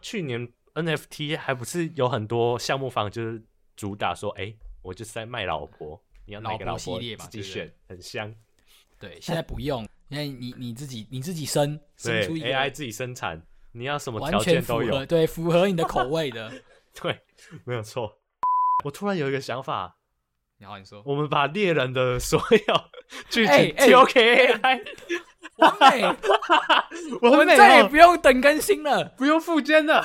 去年 NFT 还不是有很多项目方就是主打说，哎、我就是在卖老婆，你要哪个老老婆系列嘛自己对不对选，很香。对，现在不用，现在你你自己你自己生生对出一个，AI 自己生产，你要什么完条全件符都有合，。对，符合你的口味的。 对，没有错。我突然有一个想法，然后你说我们把猎人的所有 剧哎情哎丢给 AI，完美，我哦我们们再也没有不用等更新了。不用附件了，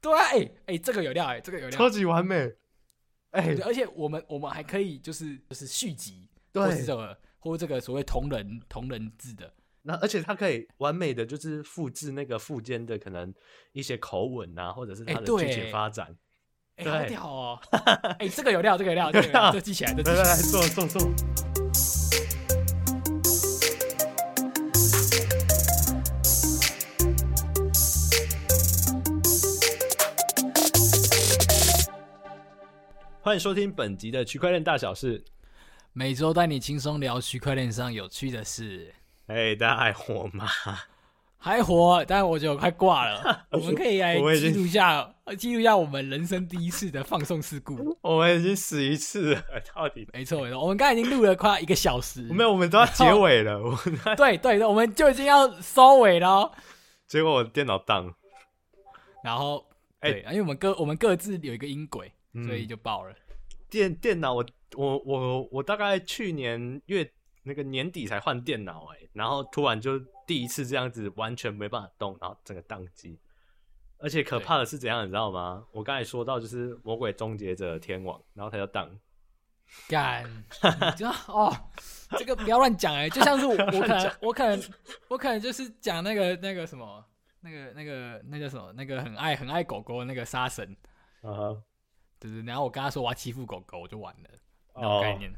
对，哎、这个有料哎、这个有料超。级完美。哎对，而且我们我们还可以就是就是续集，或是对这，个或这个所谓同人同人制的，那而且它可以完美的就是复制那个附件的可能一些口吻啊，或者是它哎的对剧情发展。哎、对好 屌哦！哎、这个有料，这个有料，这个有有料，料这记起来，这记来起来来。来，坐坐坐。欢迎收听本集的区块链大小事。每周带你轻松聊区块链上有趣的事。哎，大家爱我吗？还活，但我觉得我快挂 了。我们可以来我已记经录一下，呃记录一下我们人生第一次的放送事 故。 我们已经死一次了，到底没错，没错，我们刚才已经录了快一个小时。没有？我们都要结尾 了，我们都要对对对，我们就已经要收尾了哦。结果我电脑当。然后，哎对，因为我们各我们各自有一个音轨，嗯所以就爆了。电电脑我，我我我大概去年月那个年底才换电脑哎、然后突然就第一次这样子完全没办法动，然后整个宕机。而且可怕的是怎样，你知道吗？我刚才说到就是《魔鬼终结者：天网》，然后它就宕。干，你知道哦，这个不要乱讲哎，就像 是我我可能我可能我可能就是讲那个那个什么那个那个那叫什么那个很爱很爱狗狗的那个杀神，啊、对对，然后我跟他说我要欺负狗狗，我就完了，那种哦，概念。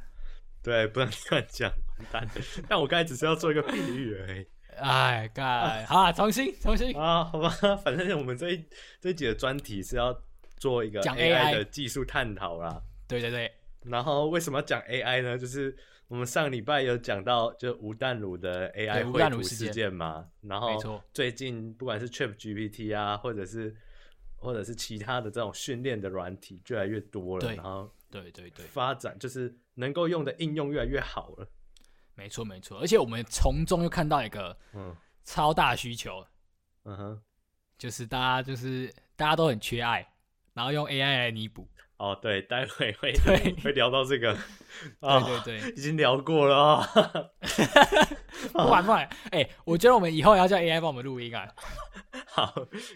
对，不能乱讲，完蛋。但我刚才只是要做一个比喻而 已哎，干，好啊，重新重新，啊，好吧，反正我们这一这一集的专题是要做一个讲 AI AI 的技术探讨啦。对对对，然后为什么要讲 AI 呢？就是我们上礼拜有讲到，就吴淡如的对 AI 吴淡绘如图事件事件嘛。然没后错最近不管是 Chat GPT 啊，或者是或者是其他的这种训练的软体越来越多了，对然后对对对，发展就是能够用的应用越来越好了。没错没错，而且我们从中又看到一个嗯超大需求，嗯哼，就是大家就是大家都很缺爱，然后用 AI 来弥补。哦对，待会会对 会聊到这个，啊、 对对对，已经聊过了啊、不管不管，哎、我觉得我们以后要叫 AI 帮我们录音啊。 好，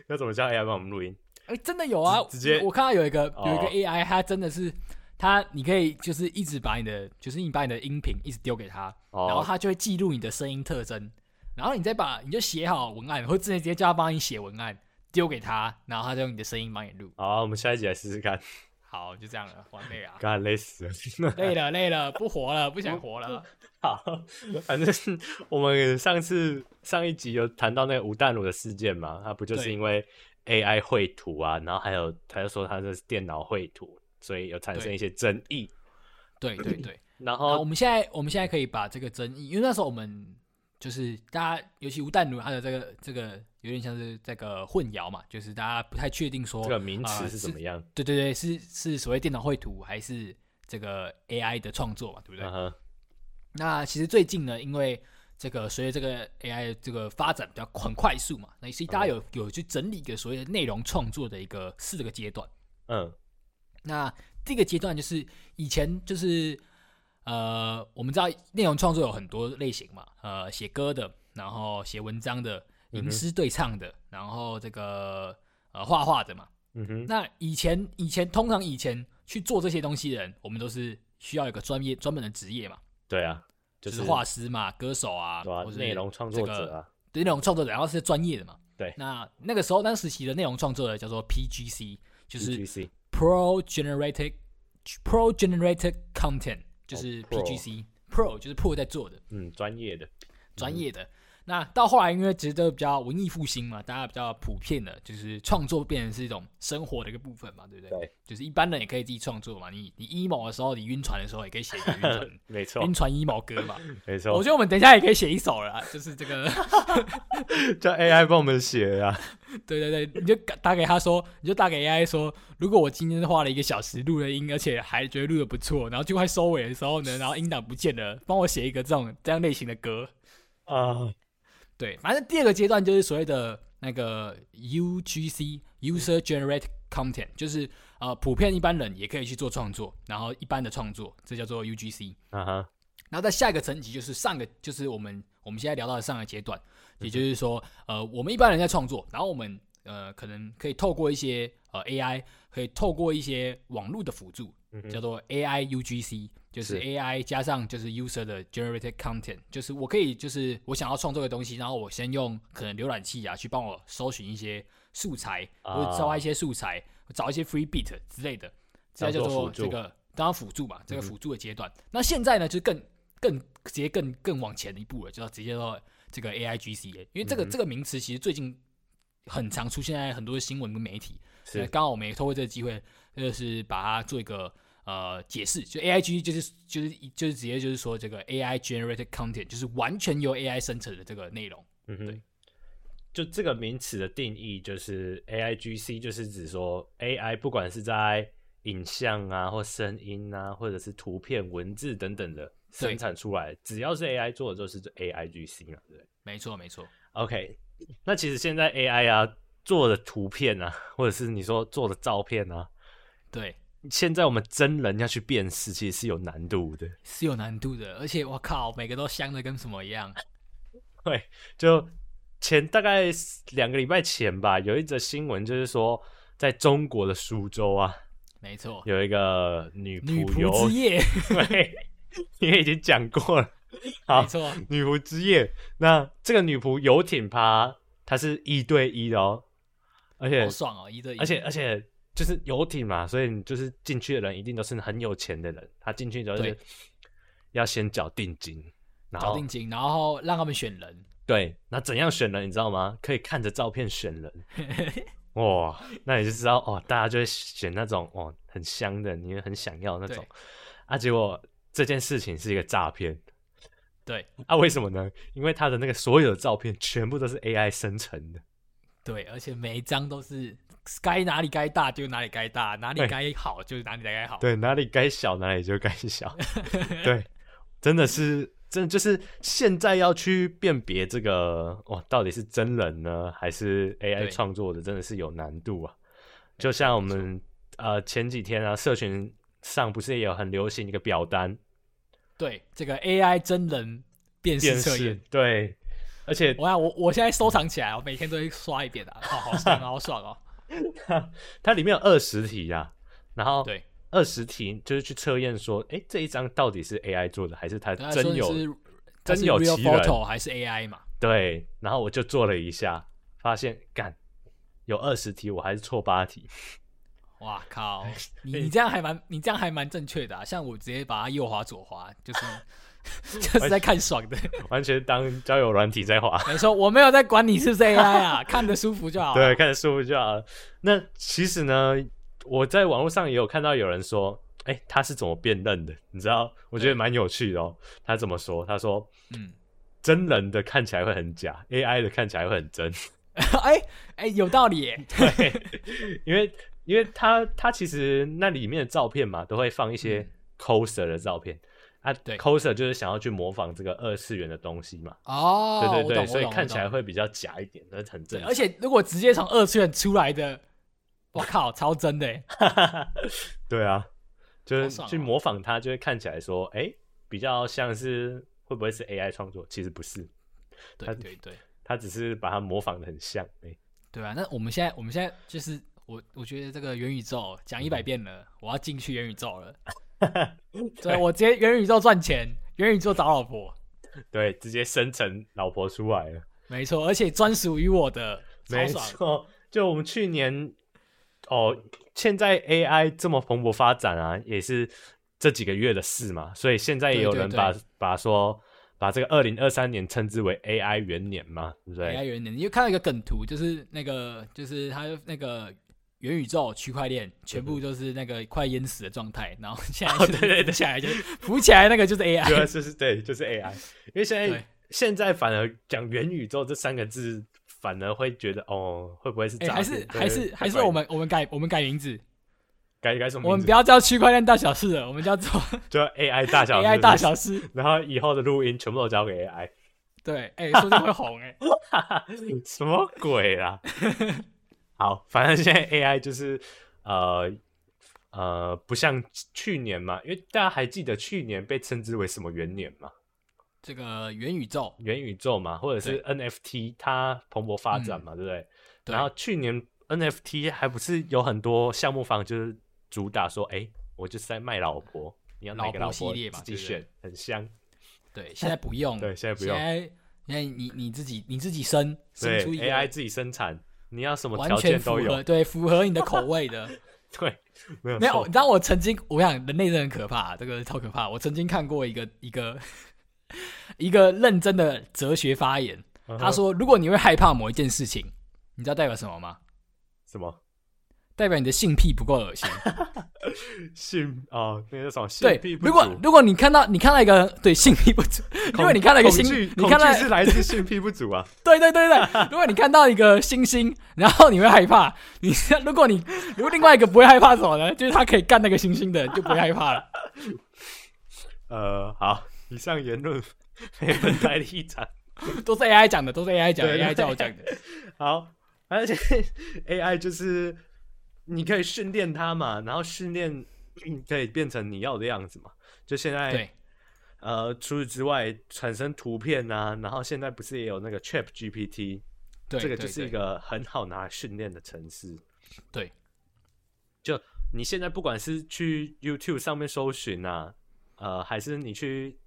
要怎么叫 AI 帮我们录音？哎、真的有啊，直直接我看到有一个哦有一个 AI，它真的是它，你可以就是一直把你的就是你把你的音频一直丢给它，哦然后它就会记录你的声音特征，然后你再把你就写好文案，或者直接直接叫它帮你写文案丢给它，然后它就用你的声音帮你录。好，啊我们下一集来试试看，！好，就这样了，完美啊干累死了。 累了累了，不活了，不想活了。 好，反正我们上次上一集有谈到那个吴淡如的事件嘛，他不就是对因为 AI 绘图啊，然后还有他就说他这是电脑绘图，所以有产生对一些争议。 对对对。然啊，我后们现在我们现在可以把这个争议，因为那时候我们就是大家，尤其吴淡如他的这个这个有点像是这个混淆嘛，就是大家不太确定说这个名词呃是怎么样？对对对，是是所谓电脑绘图还是这个 AI 的创作嘛，对不对？嗯哼，那其实最近呢，因为这个随着这个 AI 的这个发展比较很快速嘛，那所以大家有、有去整理一个所谓的内容创作的一个四个阶段。嗯，那第一个阶段就是以前就是呃，我们知道内容创作有很多类型嘛，呃，写歌的，然后写文章的，吟诗对唱的，然后这个呃画画的嘛。嗯哼，那以前以前通常以前去做这些东西的人，我们都是需要一个专业专门的职业嘛，对啊，就就是画师嘛、歌手啊，对啊或者，是内容创作这者个啊，对内容创作者，然后是专业的嘛。对那那个时候那时期的内容创作者叫做 PGC，就是 PGC Pro Generated Pro Generated Content，就是哦 Pro PGC、Pro 就是 Pro 在做的嗯，专业的，专业的。那到后来，因为其实都比较文艺复兴嘛，大家比较普遍的，就是创作变成是一种生活的一个部分嘛，对不对？对，就是一般人也可以自己创作嘛。你你 emo 的时候，你晕船的时候，也可以写一个 晕船没错晕，船 emo 歌嘛。没我错觉，得我们等一下也可以写一首了啦， 就是这个，叫 AI 帮我们写啊。对对对，你就打给他说，你就打给 AI 说，如果我今天花了一个小时录了音，而且还觉得录的不错，然后就快收尾的时候呢，然后音档不见了，帮我写一个这种这样类型的歌。啊，对，反正第二个阶段就是所谓的那个 UGC user generate content，就是呃普遍一般人也可以去做创作，然后一般的创作，这叫做 UGC。啊哈，然后在下一个层级就是上个，就是我们我们现在聊到的上个阶段，也就是说，呃，我们一般人在创作，然后我们呃可能可以透过一些呃 AI，可以透过一些网络的辅助，叫做 AI UGC，就是是 AI 加上就是 user 的 generated content，就是我可以就是我想要创作的东西，然后我先用可能浏览器啊去帮我搜寻一些素材，啊或者找一些素材，找一些 free beat 之类的，这叫当做做辅助嗯这个当然辅助嘛，这个辅助的阶段。那现在呢，就更更直接更更往前一步了，就要直接到这个 AIGC，了因为这嗯个、这个名词其实最近很常出现在很多新闻跟媒体，是呃刚好我们也透过这个机会，就是把它做一个呃解释，就 AIGC 就是就是就是直接就是说这个 AI generated content 就是完全由 AI 生成的这个内容。嗯对哼，就这个名词的定义，就是 AIGC，就是指说 AI 不管是在影像啊，或声音啊，或者是图片、文字等等的对生产出来，只要是 AI 做的，就是 AIGC 嘛，对不对没错，没错， ？OK，那其实现在 AI 啊做的图片啊，或者是你说做的照片啊，对。现在我们真人要去辨识，其实是有难度的。是有难度的，而且我靠，每个都香的跟什么一样。对，就前大概两个礼拜前吧，有一则新闻就是说，在中国的苏州啊，没错，有一个女女仆仆游之，夜， 对，因为已经讲过了。没好，错，女仆之夜，那这个女仆游艇趴，它是一对一的哦，而且好爽哦，一对一，而且而且就是游艇嘛，所以你就是进去的人一定都是很有钱的人，他进去之后就是对要先缴定金，然搞后定金，然后让他们选人，对，那怎样选人你知道吗？可以看着照片选人，哇，那你就知道哦，大家就会选那种哦很香的，你也很想要那种对，啊，结果这件事情是一个诈骗对啊，为什么呢？因为他的那个所有的照片全部都是 AI 生成的，对，而且每一张都是该哪里该大就哪里该大，哪里对该好就哪里该好，对，哪里该小哪里就该小， 对，真的是。真的就是现在要去辨别这个哇，到底是真人呢，还是对哎 AI 创作的，真的是有难度啊。就像我们呃前几天啊，社群上不是也有很流行一个表单对，这个 AI 真人辨电识测视验，，哦对，而且我想我我现在收藏起来，我每天都会刷一遍的、啊，好 好爽，好爽哦，它里面有二十题啊，然后对，二十题就是去测验说，哎、这一张到底是 AI 做的，还是它对他说真你有？是他真是有 real 其人 photo 还是 AI 嘛？对，然后我就做了一下，发现干有二十题，我还是错八题。哇靠！哎你你这样还蛮你这样还蛮正确的、啊，像我直接把它右滑左滑，就是就是 哎在看爽的。完全当交友软体在滑。 没错，我没有在管你是 不是 AI 啊，看得舒服就好。对，，看着舒服就好了。那其实呢，我在网络上也有看到有人说，哎、他是怎么辨认的？你知道，我觉得蛮有趣的哦。他怎么说？他说，嗯， 真人的看起来会很假，AI 的看起来会很真，哎哎，有道理耶。因为因为他他其实那里面的照片嘛，都会放一些 coser 的照片。啊，嗯对 coser 就是想要去模仿这个二次元的东西嘛， 哦，对我对懂对，我所以懂看我起来懂会比较假一点，那很正对常。而且如果直接从二次元出来 的，我靠，超真的耶。对啊，就好是爽去哦模仿它，就会看起来说，哎、比较像是会不会是 AI 创作？其实不是，对他对对它只是把它模仿的很像。哎、对啊！那我们现在我们现在就是我我觉得这个元宇宙讲一百遍 了，我要进去元宇宙了。 对，我直接元宇宙赚钱，元宇宙找老婆。对，直接生成老婆出来了，没错，而且专属于我的，超没爽。错。就我们去年，哦，现在 AI 这么蓬勃发展啊，也是这几个月的事嘛，所以现在也对有对人对把把说。把这个二零二三年称之为 AI 元年嘛，对不对 AI 元年，你就看到一个梗图，就是那个，就是它那个元宇宙区块链全部都是那个快淹死的状态，然后 现在就是哦对对对浮起来就是浮起来那个就是 AI，对，啊就是对，就是 AI，因为现对在现在反而讲元宇宙这三个字，反而会觉得哦，会不会是哎、诈还骗？是对还是还是我们我们改我们改名字，改改什么我名们字？不要叫区块链大小事了，我们叫做就 AI 大小 AI 大，小事。然后以后的录音全部都交给 AI，对，哎、说不定会红 哎、嗯什么鬼 啦？好，反正现在 AI 就是呃呃，不像去年嘛，因为大家还记得去年被称之为什么元年嘛？这个元宇宙，元宇宙嘛，或者是 NFT 它蓬勃发展嘛，对不对？嗯对然后去年 NFT 还不是有很多项目方就是主打说，哎、我就是在卖老婆，你要哪个老老婆系列嘛自己对不对选，很香。对，现在不 用，对现在不用现在现在你你自己你自己生生对出一个，AI 自己生产，你要什么完条全件符都合，有。对，符合你的口味 的。对，没 有没有，错你知道我曾经，我想人类真的很可怕，这个超可怕。我曾经看过一个一个 一个认真的哲学发言，嗯哼他说，如果你会害怕某一件事情，你知道代表什么吗？什么代表你的性癖不够 恶心。性哦，那个叫什么性对癖，不如果足如果你看到你看到一个对性癖不 足， 因为你看到一个恐星惧，你看恐到惧是来自性癖不足啊。对对 对对，如果你看到一个星星，然后你会害怕，你如果你如果另外一个不会害怕什么呢？就是他可以干那个星星的，就不会害怕了。呃，好，以上言论没本台立场。都是 AI 讲的，都是 AI 讲的对对，AI 叫我讲的。好，而且 AI 就是你可以训练它嘛，然后训练可以变成你要的样子嘛。就现在对，呃，除此之外，产生图片啊，然后现在不是也有那个 Chat GPT，对，这个对就是一，个很好拿来训练的程式。对对，就你现在不管是去 YouTube 上面搜寻啊，呃，还是你去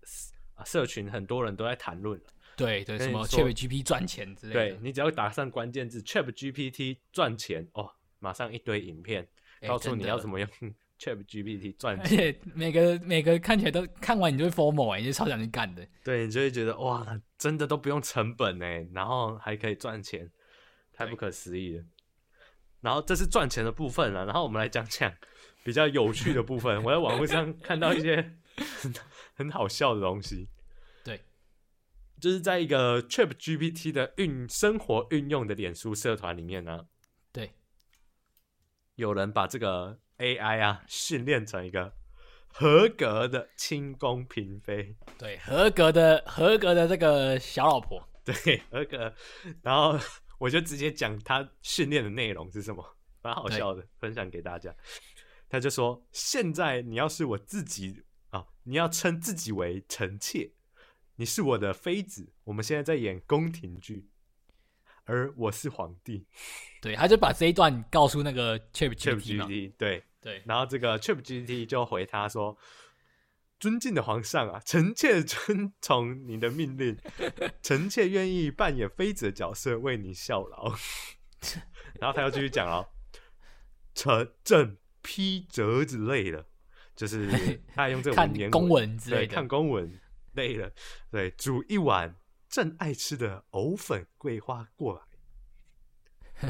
啊社群，很多人都在谈论，对对，跟什你么说 ChatGPT 赚钱之类对的，你只要打上关键字 Chat GPT 赚钱哦，马上一堆影片哎告诉真你的要怎么用 Chat GPT 赚而钱，且每个每个看起来都看完你就会 formal 哎、你就超想去干的。对你就会觉得哇，真的都不用成本哎，然后还可以赚钱，太对不可思议了。然后这是赚钱的部分了，然后我们来讲讲比较有趣的部分。我在网络上看到一些 很很好笑的东西，对，就是在一个 Chat GPT 的运生活运用的脸书社团里面呢、对，有人把这个 AI 啊训练成一个合格的清宫嫔妃， 对，合格的合格的这个小老婆，对，合格。然后我就直接讲他训练的内容是什么，蛮好笑的，分享给大家。他就说：“现在你要是我自己啊，你要称自己为臣妾，你是我的妃子。我们现在在演宫廷剧，而我是皇帝。对，他就把这一段告诉那个 ChatGPT 嘛， ”ChatGPT 对，对，然后这个 ChatGPT 就回他说：“尊敬的皇上啊，臣妾遵从您的命 令，臣妾愿意扮演妃子的角色，为您效劳。” 然后他又继续讲了，臣朕批折之类的， 就是他还用这个看文言公文之类对，的看公文累了，对，煮一碗朕爱吃的藕粉桂花过来。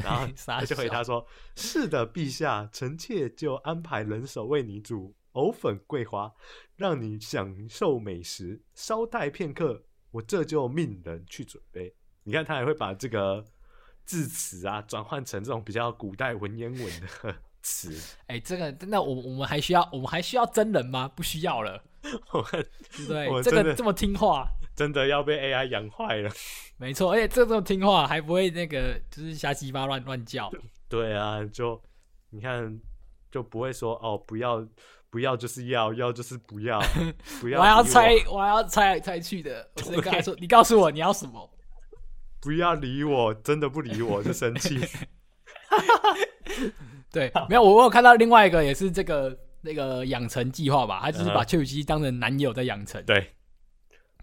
然后傻他就回小答说：“是的，陛下，臣妾就安排人手为你煮藕粉桂花，让你享受美食。稍待片刻，我这就命人去准备。”你看，他还会把这个字词啊转换成这种比较古代文言文的 词，哎、这个那我我们还需要我们还需要真人吗？不需要了，我们对不对？ 我这真个的这么听话，真的要被 AI 养坏了。没错，而且这么听话还不会那个就是瞎鸡巴乱乱叫，对啊，就你看，就不会说哦，不要，不要就是要，要就是不要，不要我还要理猜，我还要猜来猜去的。我直接跟他说：“你告诉我你要什么不要理我，真的不理我就生 气。？”对， 没有，我我有看到另外一个也是这个那个养成计划吧，他就是把嗯哼雀羽鸡当成男友在养成。对，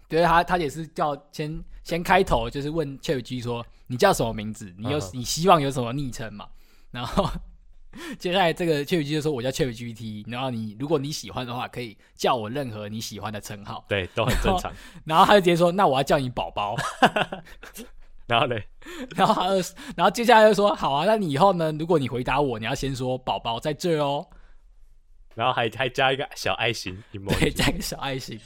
对他，他也是叫先先开头就是问雀羽鸡说：“你叫什么名字？你有嗯哼你希望有什么昵称嘛？”然后接下来这个 ChatGPT 就说我叫 ChatGPT，然后你如果你喜欢的话，可以叫我任何你喜欢的称号。对，都很哦正常。然后他就直接说，那我要叫你宝宝。然后嘞，然后他就，然后接下来就说，好啊，那你以后呢？如果你回答我，你要先说宝宝在这哦，然后还还加一个小爱心 emoji，对，加个小爱心。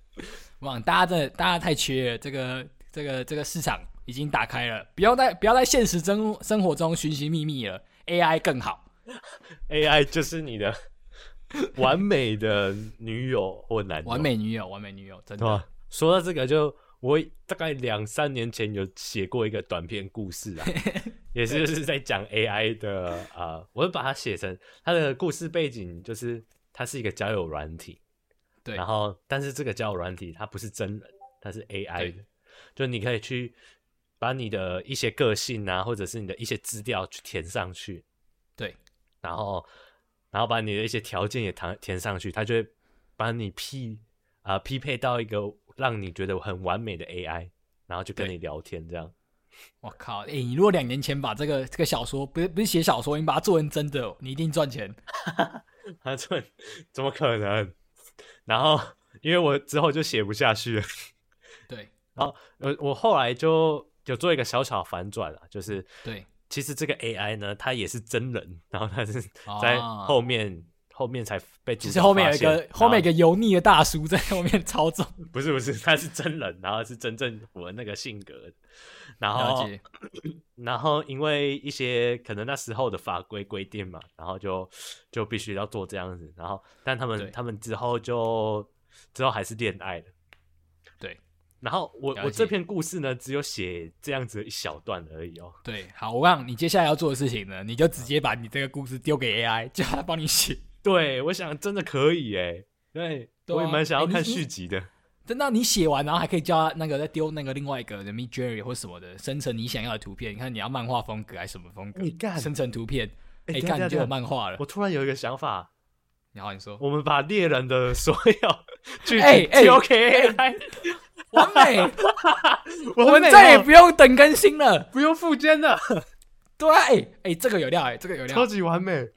哇，大家真的，大家太缺了，这个这个这个市场已经打开了，不要在不要在现实生生活中寻寻觅觅了，AI 更好。 AI 就是你的 完美的女友或男友，完美女友，完美女友，真对啊的。吧？说到这个就，我大概两三年前有写过一个短篇故事啊，也是就是在讲 AI 的啊、呃我把它写成它的故事背景就是它是一个交友软体，对然后但是这个交友软体它不是真人，它是 AI 的对，就你可以去把你的一些个性啊，或者是你的一些资料去填上去，对，然后然后把你的一些条件也填填上去，它就会把你匹啊、匹配到一个让你觉得很完美的 AI，然后就跟对你聊天这样。 我靠！哎、你如果两年前把这个这个小说，不是不是写小说，你把它做成真的，你一定赚钱。他说怎么可能？ 然后因为我之后就写不下去了， 呃对我我后来就有做一个小小反转啊，就是对，其实这个 AI 呢，它也是真人，然后它是哦在后面、后面才被主只角是后面有一发个现啊后面有一然个油腻的大叔在后面操纵。后不是不是， 他是真人，然后是真正符合那个性格，然了后解，然后因为一些可能那时候的法规规定嘛，然后就就必须要做这样子，然后但他对们他们之后就之后还是恋爱了。对然后我了我解这篇故事呢，只有写这样子一小段而已哦。对，好，我让你接下来要做的事情呢，你就直接把你这个故事丢给 AI，叫他帮你写。对，我想真的可以哎，对，对啊我也蛮想要哎你看你续集的。等到你写完，然后还可以叫他那个再丢那个另外一个 Mid Journey 或什么的，生成你想要的图片。你看你要漫画风格还是什么风格？你干生成图片，哎哎、等一下干你就等一有下漫画了我。突然有一个想法，然后你说我们把猎人的所有 剧哎集哎丢给 AI，完美，哎我完们美再也哦不用等更新了。不用附件了，对啊，哎、哎、这个有料哎、这个有 超料。级完美。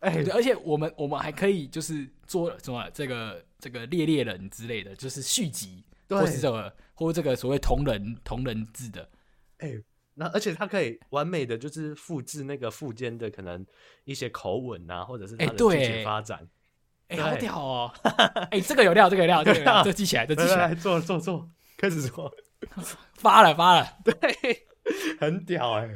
哎对，，而啊且我们我们还可以就是做什么这个这个猎猎人之类的，就是续集，对或是这个或这个所谓同人同人制的。那而且它可以完美的就是复制那个附件的可能一些口吻啊，或者是它哎的剧对情发展。哎、对好屌哦！ 哎、这个有料，这个有料，这个有对啊料，这记起来，这记来起来来来，，做做做，开始 做，发了发了。很屌哎。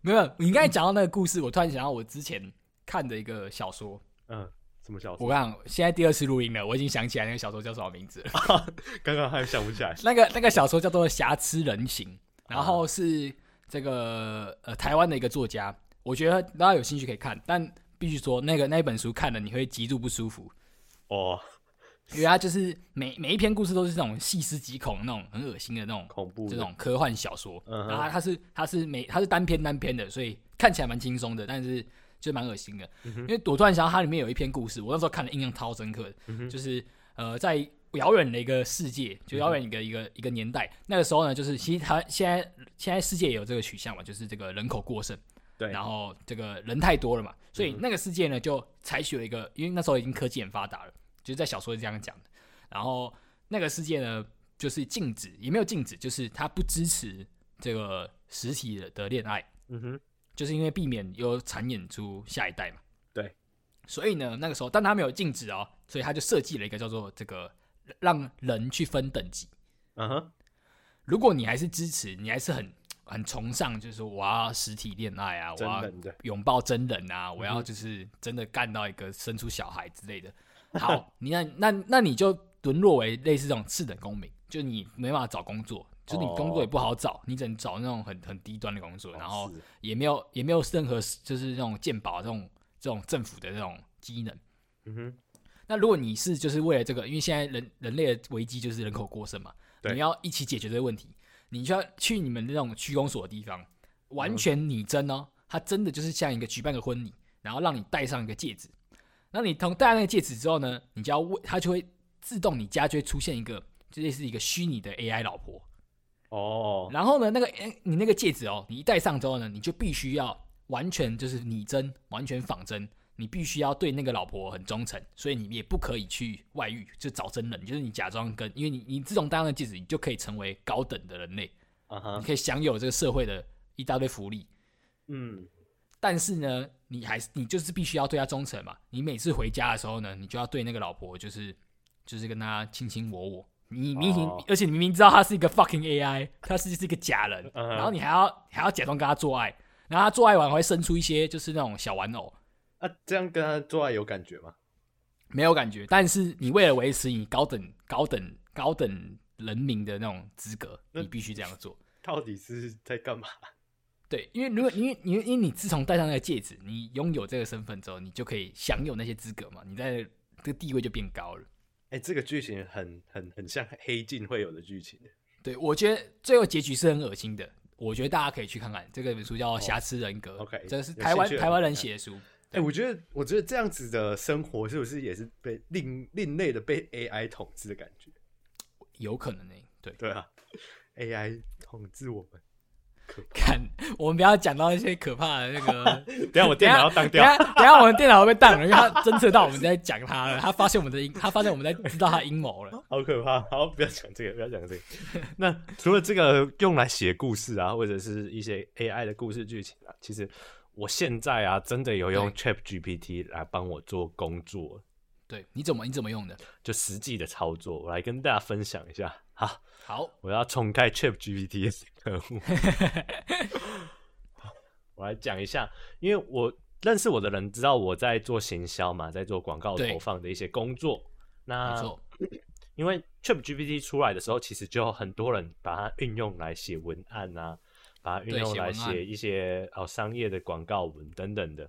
没有，你刚才讲到那个故事，我突然想到我之前看的一个小说。嗯，什么小说我？刚现在第二次录音了，我已经想起来那个小说叫什么名字啊了。刚刚还想不起来。那个那个小说叫做《瑕疵人形》，然后是这个呃台湾的一个作家，我觉得大家有兴趣可以看，但必须说那个那一本书看了你会极度不舒服，哦，因为它就是每每一篇故事都是那种细思极恐、那种很恶心的那种恐怖的这种科幻小说。嗯哼然后它它是它是每它是单篇单篇的，所以看起来蛮轻松的，但是就蛮恶心的。嗯因为我突然想到它里面有一篇故事，我那时候看的印象超深刻的，嗯就是呃在。遥远的一个世界，就遥远一个一个、一个年代，那个时候呢，就是其实它现在现在世界也有这个取向嘛，就是这个人口过剩，对，嗯然后这个人太多了嘛，所以那个世界呢就采取了一个，因为那时候已经科技很发达了，就是在小说是这样讲的。然后那个世界呢，就是禁止，也没有禁止，就是他不支持这个实体的恋爱，嗯哼，就是因为避免有繁衍出下一代嘛。对，所以呢，那个时候，但他没有禁止哦，所以他就设计了一个叫做这个让人去分等级，嗯哼，如果你还是支持，你还是很很崇尚，就是说我要实体恋爱啊，我真要人的拥抱真人啊，我要就是真的干到一个生出小孩之类的。好，你那那那你就沦落为类似这种次等公民，就你没办法找工作，就是你工作也不好找，你只能找那种很很低端的工作，然后是也没有也没有任何就是那种健保这种这种政府的这种机能。嗯哼，那如果你是就是为了这个，因为现在人人类的危机就是人口过剩嘛，对你要一起解决这个问题，你就要去你们那种区公所的地方，完全拟真哦，它真的就是像一个举办个婚礼，然后让你戴上一个戒指，那你同戴上那个戒指之后呢，你就要为它就会自动你家就会出现一个就类似一个虚拟的 AI 老婆，哦，然后呢，那个诶你那个戒指哦，你一戴上之后呢，你就必须要完全就是拟真，完全仿真。你必须要对那个老婆很忠诚，所以你也不可以去外遇，就找真人，就是你假装跟，因为你你自从戴上了戒指，你就可以成为高等的人类，啊哈你，可以享有这个社会的一大堆福利。嗯但是呢，你还是你就是必须要对她忠诚嘛。你每次回家的时候呢，你就要对那个老婆就是就是跟她卿卿我我。你明明、哦而且你明明知道她是一个 fucking AI，她是是一个假人，嗯然后你还要还要假装跟她做爱，然后她做爱完还会生出一些就是那种小玩偶，啊，这样跟他做爱有感觉吗？没有感觉。但是你为了维持你高等高等高等人民的那种资格，那你必须这样做。到底是在干嘛？对，因为如果因为因为因为你自从戴上那个戒指，你拥有这个身份之后，你就可以享有那些资格嘛，你在这个地位就变高了。哎、这个剧情很很很像黑镜会有的剧情。哎对，我觉得最后结局是很恶心的，我觉得大家可以去看看这个本书叫《瑕疵人格》 OK，这是有台湾兴趣的台湾人看写的书。哎、我觉得，我觉得这样子的生活是不是也是被另另类的被 AI 统治的感觉？有可能呢、欸对，对啊，AI 统治我们。看我们不要讲到一些可怕的那个，等一下我 电脑要当掉等一下等一下我们电脑会被当了，因为他侦测到我们在讲他了，他发现我们的阴，他发现我们在知道他阴谋了。好可怕！好，不要讲这个，不要讲这个。那除了这个用来写故事啊，或者是一些 AI 的故事剧情啊，其实我现在啊，真的有用 Chat GPT 来帮我做工作，对，你怎么你怎么用的？就实际的操作，我来跟大家分享一下。好，好，我要重开 Chat GPT 的 客户，我来讲一下，因为我认识我的人知道我在做行销嘛，在做广告对投放的一些工作。那没错，因为 Chat GPT 出来的时候，其实就有很多人把它运用来写文案啊，把它运对用写来文案写一些哦商业的广告文等等的。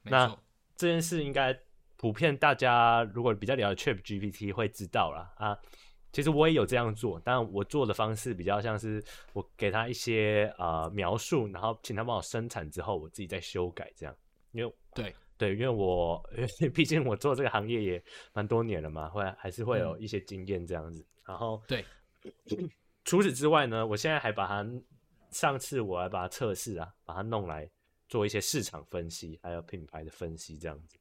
没那错。这件事应该普遍大家如果比较了解 Chat GPT 会知道啦啊。其实我也有这样做，但我做的方式比较像是我给他一些呃描述，然后请他帮我生产之后，我自己再修改这样。因为对对，因为我 因为毕竟我做这个行业也蛮多年了嘛，会还是会有一些经验这样子。然后嗯对，除此之外呢，我现在还把它上次我还把它测试啊，把它弄来做一些市场分析，还有品牌的分析这样子。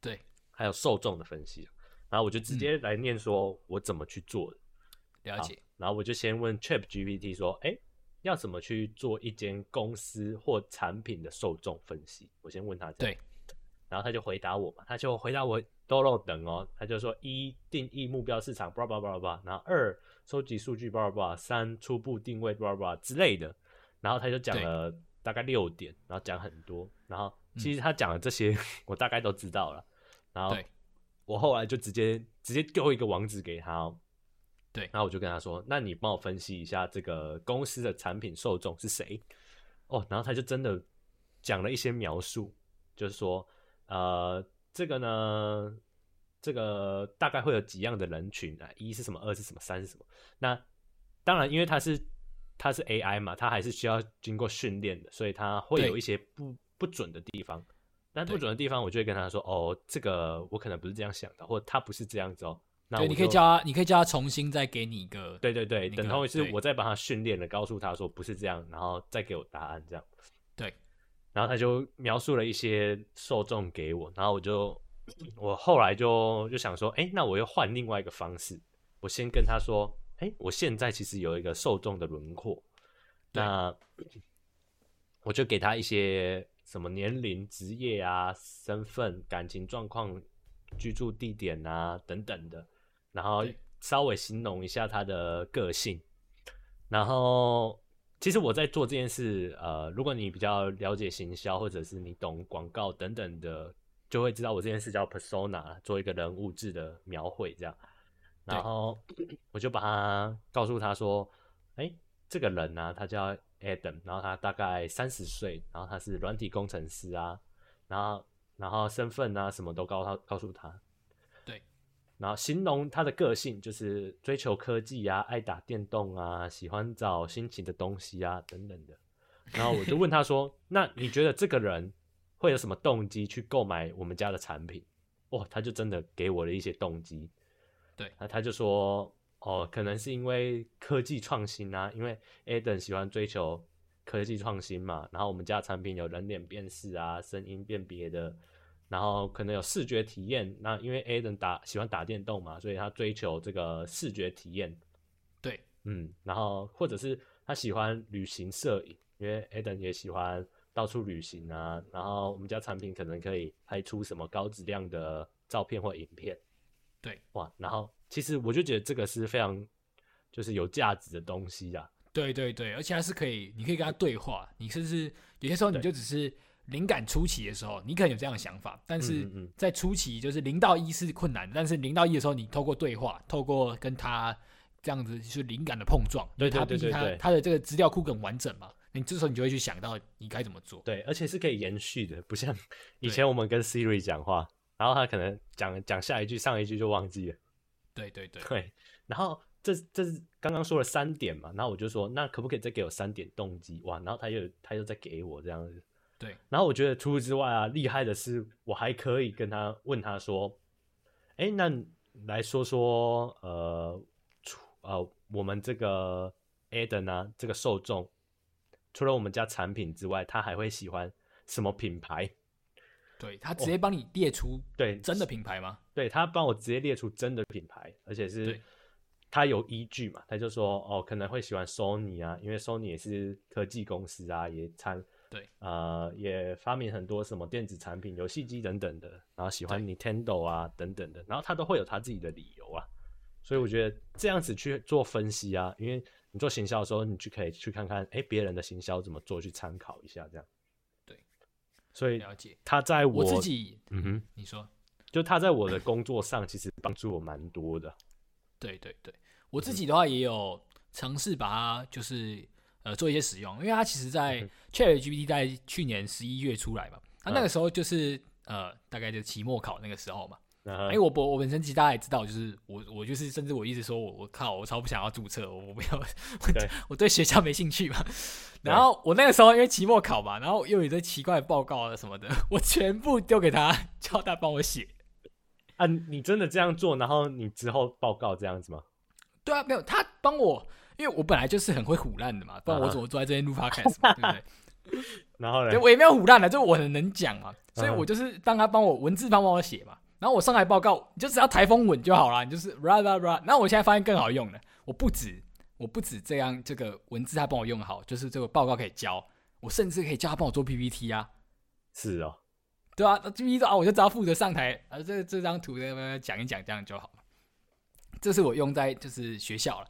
对，还有受众的分析。啊然后我就直接来念说我怎么去做的。了好解。然后我就先问 Chat GPT 说：“哎，要怎么去做一间公司或产品的受众分析？”我先问他这样。对然后他就回答我嘛，他就回答我多肉等哦，他就说一定义目标市场，叭叭叭叭叭，然后二收集数据，叭叭叭，三初步定位，叭叭叭之类的。然后他就讲对嗯了大概六点，然后讲很多，然后其实他讲的这些 我大概都知道了。然后对我后来就直接直接丢一个网址给他、哦，对然后我就跟他说：“那你帮我分析一下这个公司的产品受众是谁？”哦，然后他就真的讲了一些描述，就是说，呃，这个呢，这个大概会有几样的人群啊，一是什么，二是什么，三是什么。那当然，因为它是它是 AI 嘛，它还是需要经过训练的，所以它会对有一些不不准的地方。但不对准的地方，我就会跟他说：“哦，这个我可能不是这样想的，或他不是这样子哦。”那我对，你可以就叫他，你可以叫他重新再给你一个。对对对，那等个同于是对我再把他训练了，告诉他说不是这样，然后再给我答案这样。对，然后他就描述了一些受众给我，然后我就我后来就就想说，哎，那我又换另外一个方式，我先跟他说，哎，我现在其实有一个受众的轮廓，对那我就给他一些什么年龄、职业啊、身份、感情状况、居住地点啊等等的，然后对稍微形容一下他的个性。然后，其实我在做这件事，呃，如果你比较了解行销，或者是你懂广告等等的，就会知道我这件事叫 persona，做一个人物志的描绘这样。对然后我就把他告诉他说，哎，这个人呢、他叫 Adam，然后他大概三十岁，然后他是软体工程师啊，然后然后身份啊什么都告他告诉他，然后形容他的个性就是追求科技啊，爱打电动啊，喜欢找新奇的东西啊等等的。然后我就问他说：“那你觉得这个人会有什么动机去购买我们家的产品？”哇，他就真的给我了一些动机。对那他就说：“哦，可能是因为科技创新啊，因为 Adam 喜欢追求科技创新嘛，然后我们家的产品有人脸辨识啊、声音辨别的，然后可能有视觉体验。那因为 Aden 打喜欢打电动嘛，所以他追求这个视觉体验。对，嗯，然后或者是他喜欢旅行摄影，因为 Aden 也喜欢到处旅行啊。然后我们家产品可能可以拍出什么高质量的照片或影片。对，哇，然后其实我就觉得这个是非常就是有价值的东西啊。对对对，而且还是可以，你可以跟他对话，你甚至有些时候你就只是灵感初期的时候，你可能有这样的想法，但嗯是嗯嗯在初期就是零到一是困难的，但是零到一的时候，你透过对话，透过跟他这样子就是灵感的碰撞，因对为对他对毕竟对他对他的这个资料库更完整嘛，你这时候你就会去想到你该怎么做。对，而且是可以延续的，不像以前我们跟 Siri 讲话，然后他可能讲讲下一句、上一句就忘记了。对对 对，对，然后这这是刚刚说了三点嘛，然后我就说，那可不可以再给我三点动机？哇，然后他又他又再给我这样子。对，然后我觉得除此之外啊，厉害的是我还可以跟他问他说，哎，那你来说说呃，除呃我们这个 Eden 啊这个受众，除了我们家产品之外，他还会喜欢什么品牌？对他直接帮你列出对，真的品牌吗？对他帮我直接列出真的品牌，而且是对他有依据嘛，他就说哦，可能会喜欢 Sony 啊，因为 Sony 也是科技公司啊，也参对呃也发明很多什么电子产品、游戏机等等的，然后喜欢 Nintendo 啊等等的，然后他都会有他自己的理由啊，所以我觉得这样子去做分析啊，因为你做行销的时候，你去可以去看看哎别人的行销怎么做，去参考一下这样。对，所以了解。他在我我自己，嗯哼。你说，就他在我的工作上其实帮助我蛮多的。对对对，我嗯自己的话也有尝试把它就是呃做一些使用，因为它其实在 ChatGPT 在去年十一月出来嘛，它那个时候就是呃大概就期末考那个时候嘛，哎嗯因为我我我本身其实大家也知道，就是我我就是甚至我一直说我我靠我超不想要注册，我我没有我对我对学校没兴趣嘛。 然后我那个时候因为期末考嘛，然后又有一堆奇怪的报告啊什么的，我全部丢给他，叫他帮我写。啊，你真的这样做，然后你之后报告这样子吗？对啊，没有他帮我，因为我本来就是很会唬烂的嘛，不然我啊哈怎么坐在 这边录 podcast 嘛，对不对？然后呢对，？哎我也没有唬烂的，啊就我很能讲嘛，所以嗯我就是让他帮我文字帮我写嘛，然后我上台报告，你就只要台风稳就好啦，你就是 blah blah blah。那我现在发现更好用了，我不止我不止这样，这个文字他帮我用好，就是这个报告可以教，我甚至可以叫他帮我做 PPT 啊，是哦，对啊，那 PPT 啊，我就只要负责上台，啊，这这张图呃讲一讲这样就好了。这是我用在就是学校了。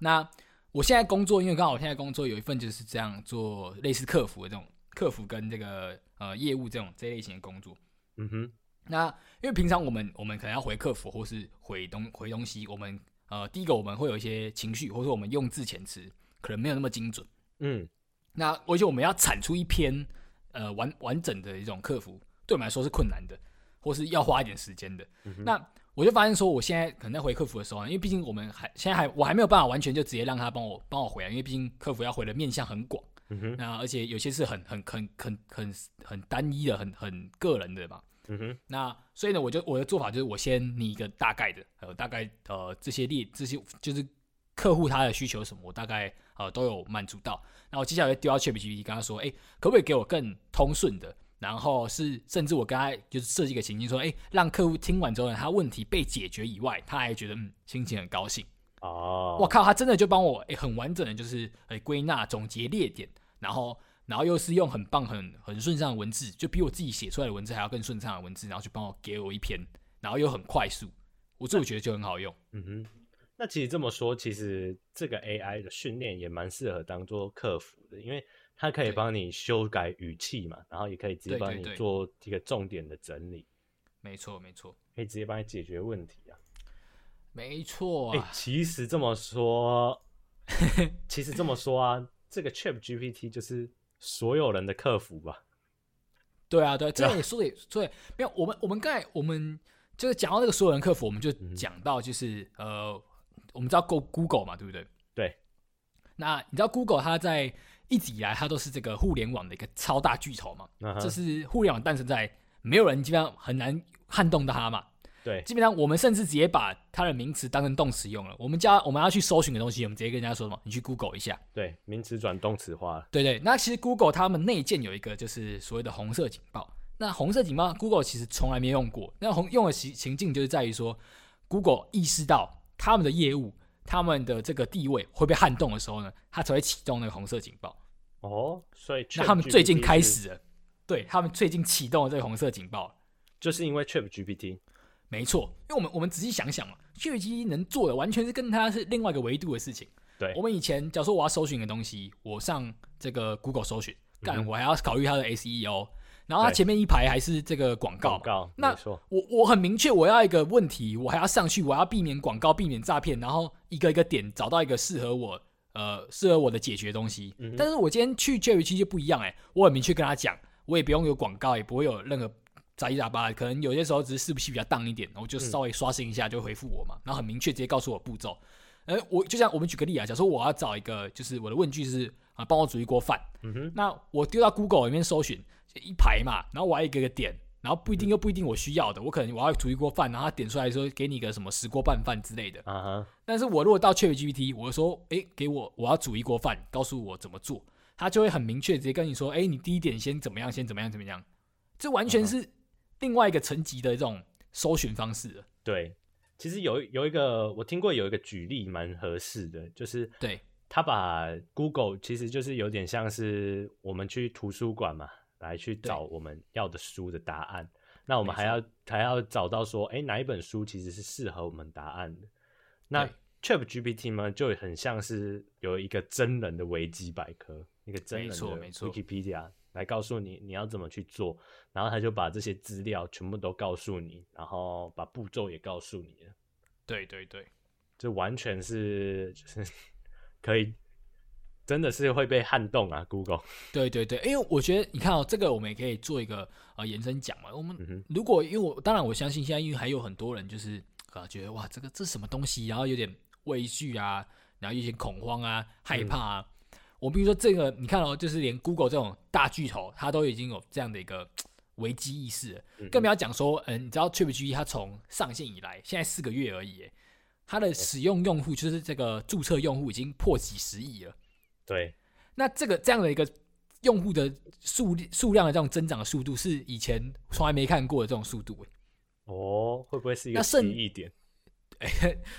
那我现在工作，因为刚好我现在工作有一份就是这样做类似客服的这种客服跟这个呃业务这种这类型的工作。嗯哼，那因为平常我们我们可能要回客服或是回东回东西，我们呃第一个我们会有一些情绪，或者我们用字遣词可能没有那么精准。嗯，那而且我们要产出一篇呃完完整的一种客服，对我们来说是困难的，或是要花一点时间的。那我就发现说，我现在可能在回客服的时候，因为毕竟我们还现在还我还没有办法完全就直接让他帮我帮我回来，因为毕竟客服要回的面向很广，嗯哼，那而且有些是很很很很很很单一的，很很个人的嘛。嗯哼，那所以呢，我就我的做法就是我先拟一个大概的，呃，大概呃这些列这些就是客户他的需求什么，我大概呃都有满足到。那我接下来就丢到 ChatGPT 跟他说，哎、可不可以给我更通顺的？然后是甚至我跟他就是设计一个情境说，哎、让客户听完之后呢，他问题被解决以外，他还觉得嗯心情很高兴。哦，我靠，他真的就帮我、诶很完整的，就是诶归纳、总结、列点，然后然后又是用很棒、很很顺畅的文字，就比我自己写出来的文字还要更顺畅的文字，然后去帮我给我一篇，然后又很快速，我自我觉得就很好用。嗯哼。那其实这么说，其实这个 AI 的训练也蛮适合当做客服的，因为它可以对帮你修改语气嘛，然后也可以直接对对帮你对做一个重点的整理，没错，没错，可以直接帮你解决问题啊。没错哎、啊！其实这么 说，其实这么说啊，这个 Chat GPT 就是所有人的客服吧？对啊，对啊，这对啊也说的也对，没有我们我们刚才我们就是讲到这个所有人客服，我们就讲到就是、呃，我们知道 Go Google 嘛，对不对？对，那你知道 Google 它在一直以来它都是这个互联网的一个超大巨头嘛？嗯哼这是互联网诞生在没有人基本上很难撼动到它嘛。对基本上我们甚至直接把它的名词当成动词用了。我们叫我们要去搜寻的东西，我们直接跟人家说什么，你去 Google 一下。对，名词转动词化了，对对，那其实 Google 他们内建有一个就是所谓的红色警报。那红色警报 Google 其实从来没用过。那红用的情情境就是在于说，Google 意识到他们的业务、他们的这个地位会被撼动的时候呢，它才会启动那个红色警报。哦，所以那他们 ChatGPT 最近开是，始了，对他们最近启动了这个红色警报了。就是因为 Chat GPT，没错，因为我们我们仔细想想嘛，ChatGPT 能做的完全是跟它是另外一个维度的事情。对我们以前假如说我要搜寻一个东西，我上这个 Google 搜寻，嗯干哼我还要考虑它的 SEO，然后它对前面一排还是这个广告嘛广告那没错我我很明确我要一个问题，我还要上去，我要避免广告，避免诈骗，然后一个一个点找到一个适合我呃适合我的解决东西。但是我今天去 ChatGPT 就不一样哎、我很明确跟他讲，我也不用有广告，也不会有任何杂七杂八的，可能有些时候只是是不是比较当一点，我就稍微刷新一下就回复我嘛，然后很明确直接告诉我步骤。呃，我就像我们举个例啊，假如说我要找一个，就是我的问句是啊，帮我煮一锅饭，嗯哼，那我丢到 Google 里面搜寻就一排嘛，然后我要一个个点，然后不一嗯定又不一定我需要的，我可能我要煮一锅饭，然后它点出来说给你个什么十锅拌饭之类的。啊哈，但是我如果到 ChatGPT，我就说诶，给我我要煮一锅饭，告诉我怎么做，它就会很明确直接跟你说，哎诶，你第一点先怎么样，先怎么样怎么样，这完嗯全是另外一个层级的这种搜寻方式了。对，其实有有一个我听过有一个举例蛮合适的，就是对他把 Google 其实就是有点像是我们去图书馆嘛，来去找我们要的书的答案。那我们还要还要找到说，哎，哪一本书其实是适合我们答案的？那 Chat GPT 呢，就很像是有一个真人的维基百科，一个真人没的错没错 Wikipedia 来告诉你你要怎么去做，然后他就把这些资料全部都告诉你，然后把步骤也告诉你了。对对对，这完全是就是可以，真的是会被撼动啊！Google，对对对，因为我觉得你看哦，这个我们也可以做一个呃延伸讲嘛。我嗯们哼如果因为我当然我相信现在因为还有很多人就是啊觉得哇这个这是什么东西，然后有点畏惧啊，然后有点恐慌啊、害怕啊。嗯我比如说这个，你看哦，就是连 Google 这种大巨头，它都已经有这样的一个嘖危机意识了，更不要讲说，嗯，你知道 ChatGPT 它从上线以来，现在四个月而已耶，它的使用用户就是这个注册用户已经破几十亿了。对，那这个这样的一个用户的数数量的这种增长的速度，是以前从来没看过的这种速度。欸哦，会不会是一个那奇甚异点？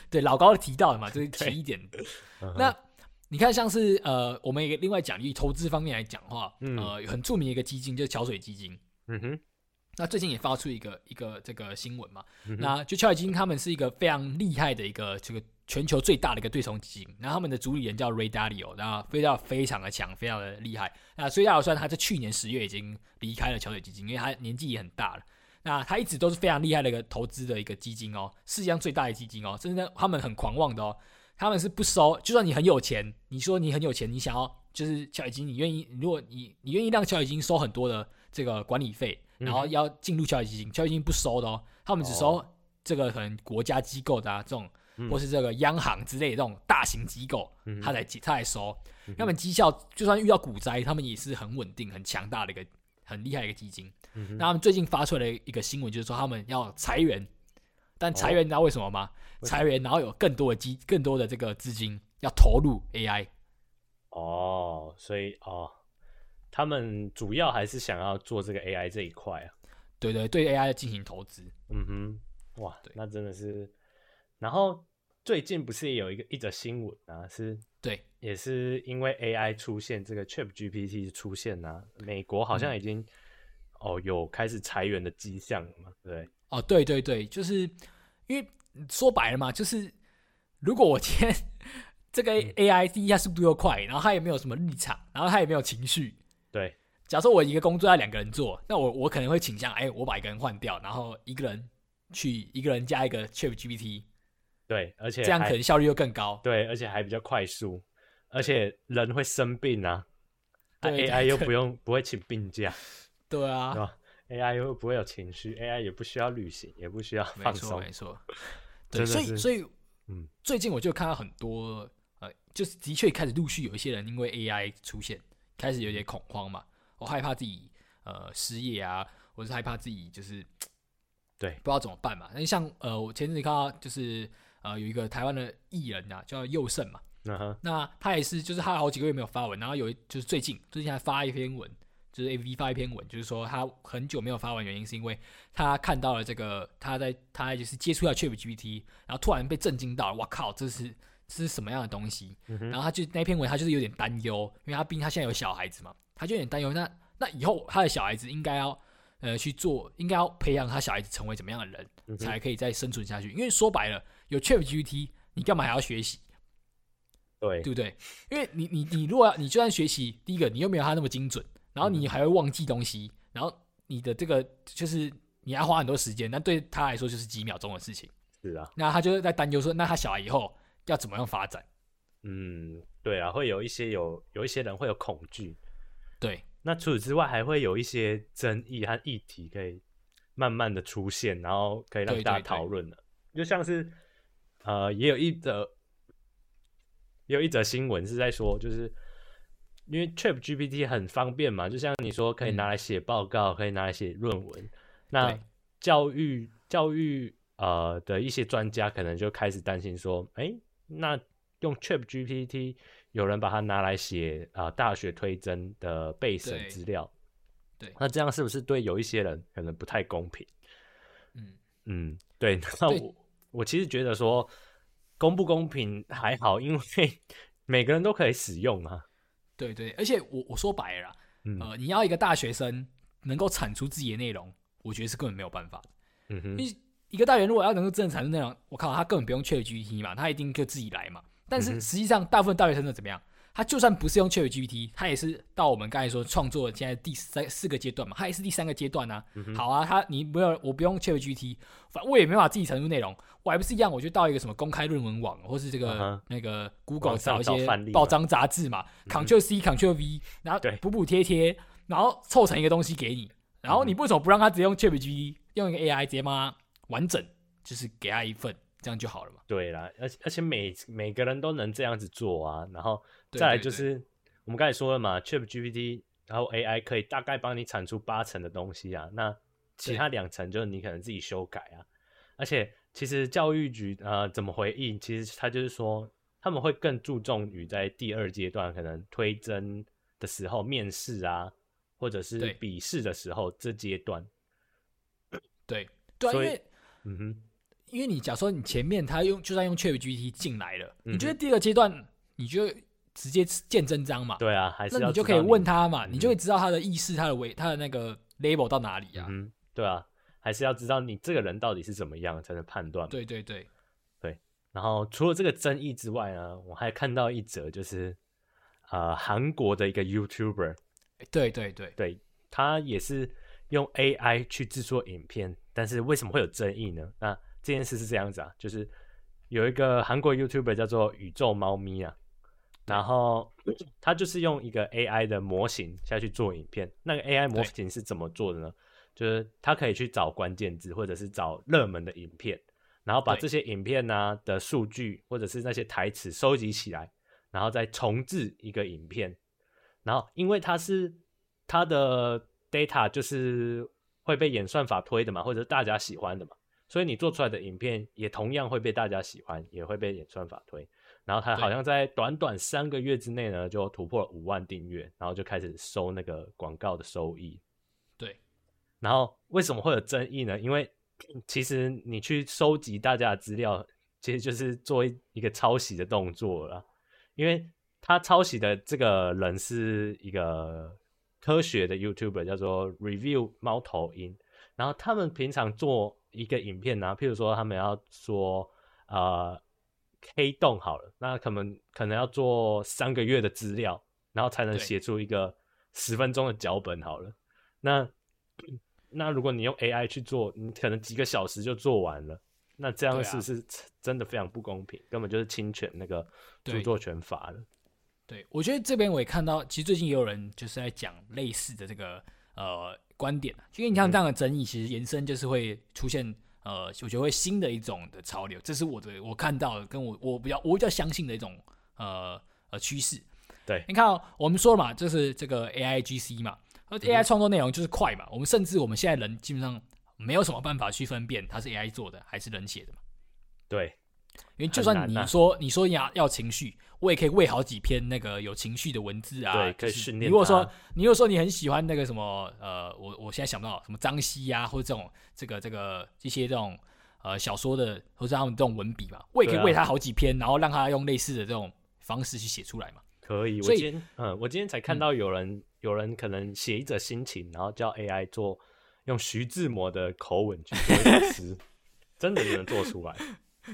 对，老高提到的嘛，这是提一点。 嗯哼那你看，像是呃，我们也另外讲，以投资方面来讲的话，嗯呃，很著名的一个基金就是桥水基金。嗯哼，那最近也发出一个一个这个新闻嘛，嗯哼那就桥水基金他们是一个非常厉害的一个这个全球最大的一个对冲基金，然后他们的主理人叫 Ray Dalio，那非常非常的强，非常的厉害。那所以大算他在去年十月已经离开了桥水基金，因为他年纪也很大了。那他一直都是非常厉害的一个投资的一个基金哦，世界上最大的基金哦，真的他们很狂妄的哦，他们是不收，就算你很有钱，你说你很有钱，你想要就是乔已经，你愿意，如果你你愿意让乔已经收很多的这个管理费，然后要进入乔已经，乔已经不收的哦，他们只收这个可能国家机构的啊这种，或是这个央行之类的这种大型机构，他才他才收，他们绩效就算遇到股灾，他们也是很稳定、很强大的一个很厉害的一个基金。那他们最近发出来的一个新闻就是说他们要裁员，但裁员你知哦道为什么吗？裁员，然后有更多的基、更多的这个资金要投入 AI。哦，所以哦，他们主要还是想要做这个 AI 这一块啊。对对对，AI 进行投资。嗯哼，哇对，那真的是。然后最近不是也有一个一则新闻啊，是对也是因为 AI 出现，这个 Chat GPT 出现啊，美国好嗯像已经、哦有开始裁员的迹象了嘛，对不对，哦，对对对，就是因为说白了嘛，就是如果我今天 这个 AI 第一，它速度又快，然后它也没有什么立场，然后它也没有情绪。对，假设我一个工作要两个人做，那我我可能会倾向，哎，我把一个人换掉，然后一个人去一个人加一个 ChatGPT，对，而且这样还可能效率又更高。对，而且还比较快速，而且人会生病啊，啊对 AI 又不用不会请病假，对啊，对吧？AI 又不会有情绪，AI 也不需要旅行，也不需要没放错松没，错，真的对，所以是所以嗯最近我就看到很多呃，就是的确开始陆续有一些人因为 AI 出现，开始有点恐慌嘛，我害怕自己呃失业啊，或是害怕自己就是对不知道怎么办嘛。那像呃，我前阵子看到就是呃有一个台湾的艺人啊，叫佑胜嘛，嗯哼，那他也是就是他好几个月没有发文，然后有一就是最近最近还发一篇文，就是 A V 发一篇文，就是说他很久没有发文，原因是因为他看到了这个他在他就是接触到 Chat GPT，然后突然被震惊到，哇靠，这是这是什么样的东西？然后他就那篇文他就是有点担忧，因为他毕竟他现在有小孩子嘛，他就有点担忧，那那以后他的小孩子应该要。呃，去做应该要培养他小孩子成为怎么样的人，才可以再生存下去。因为说白了，有 Chat GPT，你干嘛还要学习？对对不对？因为你你你如果要你就算学习，第一个你又没有他那么精准，然嗯后你还会忘记东西，然后你的这个就是你要花很多时间，那对他来说就是几秒钟的事情。是啊，那他就是在担忧说，那他小孩以后要怎么样发展？嗯，对啊，会有一些有有一些人会有恐惧，对那除此之外，还会有一些争议和议题可以慢慢的出现，然后可以让对大家对对讨论了。就像是呃，也有一则也有一则新闻是在说，就是因为 Chat GPT 很方便嘛，就像你说可以拿来写报告，可以拿来写论文。那嗯对教育教育呃的一些专家可能就开始担心说，哎、那用 Chat GPT 有人把它拿来写啊、呃大学推甄的备审对资料，对那这样是不是对有一些人可能不太公平？嗯，嗯，对。 那对我我其实觉得说公不公平还好，因为 每个人都可以使用啊。对对，而且我我说白了啦，嗯呃，你要一个大学生能够产出自己的内容，我觉得是根本没有办法的。嗯哼，因为一个大学如果要能够真的产生内容，我靠，他根本不用 Chat GPT 嘛，他一定就自己来嘛。但嗯是哼实际上，大部分大学生的怎么样？他就算不是用 Chat GPT，他也是到我们刚才说创作现在第三四个阶段嘛，他也是第三个阶段啊。嗯好啊，他你不要我不用 Chat GPT，反我也没办法自己产出内容，我还不是一样，我就到一个什么公开论文网或是这个、嗯哼那个 Google 网上找一找些范例报嘛嗯章杂志嘛、c t r l C Ctrl V，然后对补补贴贴，然后凑成一个东西给你。嗯然后你为什么不让他直接用 ChatGPT，用一个 AI 直接帮他完整，就是给他一份，这样就好了嘛？对啦，而且而且每每个人都能这样子做啊，然后对再来对就对是我们刚才说了嘛，Chat GPT，然后 AI 可以大概帮你产出八成的东西啊，那其对他两成就是你可能自己修改啊。而且其实教育局呃怎么回应，其实他就是说他们会更注重于在第二阶段可能推甄的时候面试啊，或者是对笔试的时候这阶段。对对啊，因所以为嗯哼，因为你假如说你前面他用就算用 ChatGPT 进来了，嗯哼你觉得第二个阶段你就直接见真章嘛？对啊，还是那要你就知可以道问他嘛，嗯你就会知道他的意识、他的维、他的那个 label 到哪里啊？嗯，对啊，还是要知道你这个人到底是怎么样才能判断嘛。对对对，然后除了这个争议之外呢，我还看到一则就是，呃，韩国的一个 YouTuber，对对对，对他也是用 AI 去制作影片，但是为什么会有争议呢？那这件事是这样子啊，就是有一个韩国 YouTuber 叫做宇宙猫咪啊，然后他就是用一个 AI 的模型下去做影片。那个 AI 模型是怎么做的呢？就是他可以去找关键字，或者是找热门的影片，然后把对这些影片呢、啊的数据或者是那些台词收集起来，然后再重置一个影片。然后因为它是它的 data 就是会被演算法推的嘛，或者是大家喜欢的嘛，所以你做出来的影片也同样会被大家喜欢，也会被演算法推。然后他对好像在短短三个月之内呢，就突破了五万订阅，然后就开始收那个广告的收益。对，然后为什么会有争议呢？因为其实你去收集大家的资料，其实就是做一一个抄袭的动作了啦。因为他抄袭的这个人是一个科学的 YouTuber，叫做 Review 猫头鹰。然后他们平常做一个影片呢、啊譬如说他们要说呃 K 洞好了，那可能可能要做三个月的资料，然后才能对写出一个十分钟的脚本好了。那那如果你用 AI 去做，你可能几个小时就做完了。那这样对啊是不是真的非常不公平？根本就是侵权那个著对作权法了。对，我觉得这边我也看到，其实最近也有人就是在讲类似的这个呃观点啊，因为你像这样的争议，其实延伸就是会出现呃，我觉得会新的一种的潮流，这是我的我看到的，跟我我比较我比较相信的一种呃呃趋势。对你看、哦，我们说了嘛，就是这个 A I G C 嘛，而 A I 创作内容就是快嘛，我们甚至我们现在人基本上没有什么办法去分辨它是 AI 做的还是人写的嘛。对，因为就很算你难啊说、你说要要情绪，我也可以喂好几篇那个有情绪的文字啊。对就可以是训你练如果说它你如果说你很喜欢那个什么呃，我我现在想不到什么张希啊，或者这种这个这个一些这种呃小说的，或者他们这种文笔嘛，我也可以对啊喂他好几篇，然后让他用类似的这种方式去写出来嘛。可以。所我以今天嗯，我今天才看到有人、有人可能写一则心情，然后叫 AI 做用徐志摩的口吻去做一首诗，真的有人做出来。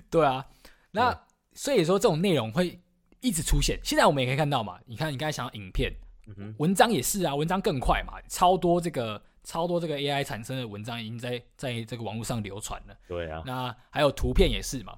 对啊，那所以说这种内容会一直出现。现在我们也可以看到嘛，你看你刚才想到影片，嗯文章也是啊，文章更快嘛，超多这个超多这个 AI 产生的文章已经在在这个网络上流传了。对啊，那还有图片也是嘛，